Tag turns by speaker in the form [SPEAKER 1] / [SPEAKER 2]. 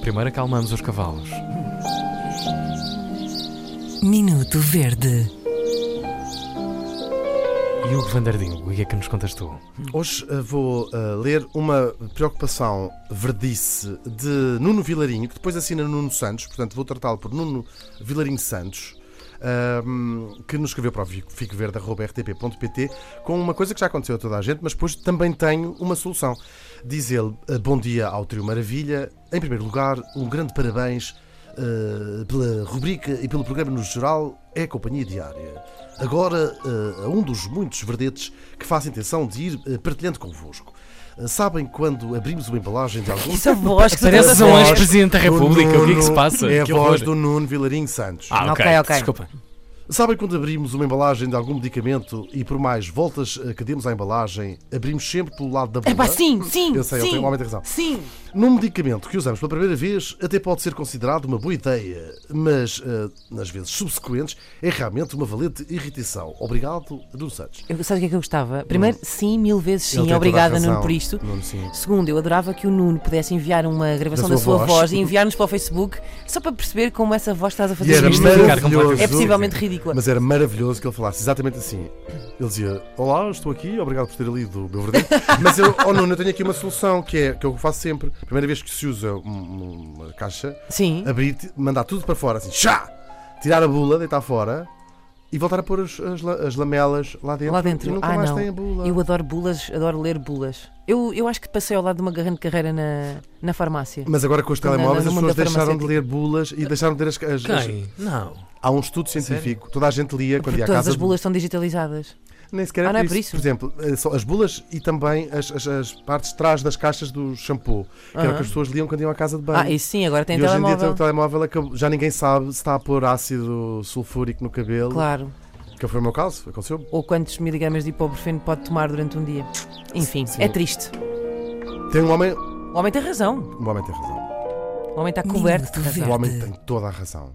[SPEAKER 1] Primeiro acalmamos os cavalos.
[SPEAKER 2] Minuto Verde.
[SPEAKER 1] E o Vandardinho, o que é que nos contas tu?
[SPEAKER 3] Hoje eh, vou eh, ler uma preocupação verdice de Nuno Vilarinho, que depois assina Nuno Santos, portanto vou tratá-lo por Nuno Vilarinho Santos, ahm, que nos escreveu para o fico- ficoverde.rtp.pt com uma coisa que já aconteceu a toda a gente, mas depois também tenho uma solução. Diz ele, eh, bom dia ao Trio Maravilha. Em primeiro lugar, um grande parabéns eh, pela rubrica e pelo programa no geral é a Companhia Diária. Agora, eh, um dos muitos verdetes que faz intenção de ir eh, partilhando convosco. Eh, Sabem quando abrimos uma embalagem de algum...
[SPEAKER 2] Isso é voz que
[SPEAKER 1] Parece
[SPEAKER 3] Parece
[SPEAKER 1] um
[SPEAKER 3] um
[SPEAKER 1] ex-presidente da
[SPEAKER 3] do
[SPEAKER 1] República, o que é que se
[SPEAKER 3] Nuno-
[SPEAKER 1] passa?
[SPEAKER 3] É a
[SPEAKER 1] Que
[SPEAKER 3] voz
[SPEAKER 1] horror.
[SPEAKER 3] do Nuno Vilarinho Santos.
[SPEAKER 1] Ah, ok,
[SPEAKER 2] Ok, ok.
[SPEAKER 1] Desculpa.
[SPEAKER 3] Sabem quando abrimos uma embalagem de algum medicamento e por mais voltas eh, que demos à embalagem, abrimos sempre pelo lado da
[SPEAKER 2] É
[SPEAKER 3] bunda?
[SPEAKER 2] pá, sim, sim.
[SPEAKER 3] Eu sei, ele
[SPEAKER 2] sim,
[SPEAKER 3] tem- o homem tem razão.
[SPEAKER 2] Sim.
[SPEAKER 3] Num medicamento que usamos pela primeira vez, até pode ser considerado uma boa ideia, mas eh, nas vezes subsequentes é realmente uma valente irritação. Obrigado, Nuno Santos.
[SPEAKER 2] Eu, sabe o que é que eu gostava? Primeiro, sim, mil vezes sim.
[SPEAKER 3] Hum. Ele tem toda a
[SPEAKER 2] Obrigada,
[SPEAKER 3] razão,
[SPEAKER 2] Nuno, por isto.
[SPEAKER 3] Nuno, sim.
[SPEAKER 2] Segundo, eu adorava que o Nuno pudesse enviar uma gravação da
[SPEAKER 3] Da
[SPEAKER 2] sua,
[SPEAKER 3] sua
[SPEAKER 2] voz.
[SPEAKER 3] voz.
[SPEAKER 2] e enviar-nos para o Facebook só para perceber como essa voz que estás a
[SPEAKER 3] E
[SPEAKER 2] fazer
[SPEAKER 3] era
[SPEAKER 1] isto
[SPEAKER 2] nisto
[SPEAKER 1] ficar
[SPEAKER 3] maravilhoso.
[SPEAKER 1] completamente-
[SPEAKER 2] é possivelmente ridícula.
[SPEAKER 3] Mas era maravilhoso que ele falasse exatamente assim. Ele dizia: Olá, estou aqui, obrigado por ter lido o meu verdade. Mas eu, oh Nuno, eu tenho aqui uma solução que é que eu faço sempre. Primeira vez que se usa um- uma caixa,
[SPEAKER 2] Sim.
[SPEAKER 3] abrir, ti- mandar tudo para fora, assim, chá! Tirar a bula, deitar fora e voltar a pôr as, as la- as lamelas lá dentro.
[SPEAKER 2] Lá
[SPEAKER 3] E
[SPEAKER 2] dentro.
[SPEAKER 3] nunca
[SPEAKER 2] Ah,
[SPEAKER 3] mais
[SPEAKER 2] não.
[SPEAKER 3] tem a bula.
[SPEAKER 2] Eu adoro bulas, adoro ler bulas. Eu, eu acho que passei ao lado de uma grande carreira na, na farmácia.
[SPEAKER 3] Mas agora com os
[SPEAKER 2] Não, não,
[SPEAKER 3] telemóveis
[SPEAKER 2] no
[SPEAKER 3] as
[SPEAKER 2] mundo
[SPEAKER 3] pessoas
[SPEAKER 2] da
[SPEAKER 3] deixaram de
[SPEAKER 2] farmacêutica.
[SPEAKER 3] ler bulas e deixaram de ler as. as- as-
[SPEAKER 1] Quem? Não.
[SPEAKER 3] há um estudo científico, toda a gente lia quando
[SPEAKER 2] Porque
[SPEAKER 3] ia à
[SPEAKER 2] todas
[SPEAKER 3] casa.
[SPEAKER 2] as bulas estão digitalizadas.
[SPEAKER 3] Nem sequer
[SPEAKER 2] Ah,
[SPEAKER 3] é,
[SPEAKER 2] não é
[SPEAKER 3] por, isso.
[SPEAKER 2] por isso?
[SPEAKER 3] Por exemplo, eh, só as bulas e também as, as, as partes de trás das caixas do shampoo, que era o
[SPEAKER 2] Aham.
[SPEAKER 3] que as pessoas liam quando iam à casa de banho.
[SPEAKER 2] Ah, isso sim, agora tem
[SPEAKER 3] e hoje em dia tem
[SPEAKER 2] telemóvel.
[SPEAKER 3] o telemóvel acabou- já ninguém sabe se está a pôr ácido sulfúrico no cabelo,
[SPEAKER 2] Claro.
[SPEAKER 3] que foi o meu caso, aconteceu.
[SPEAKER 2] Ou quantos miligramas de ibuprofeno pode tomar durante um dia. Enfim,
[SPEAKER 3] Sim.
[SPEAKER 2] é triste.
[SPEAKER 3] Tem um homem,
[SPEAKER 2] O homem tem razão.
[SPEAKER 3] o homem tem razão.
[SPEAKER 2] O homem está coberto de
[SPEAKER 4] Minuto
[SPEAKER 2] razão.
[SPEAKER 3] O homem tem toda a razão.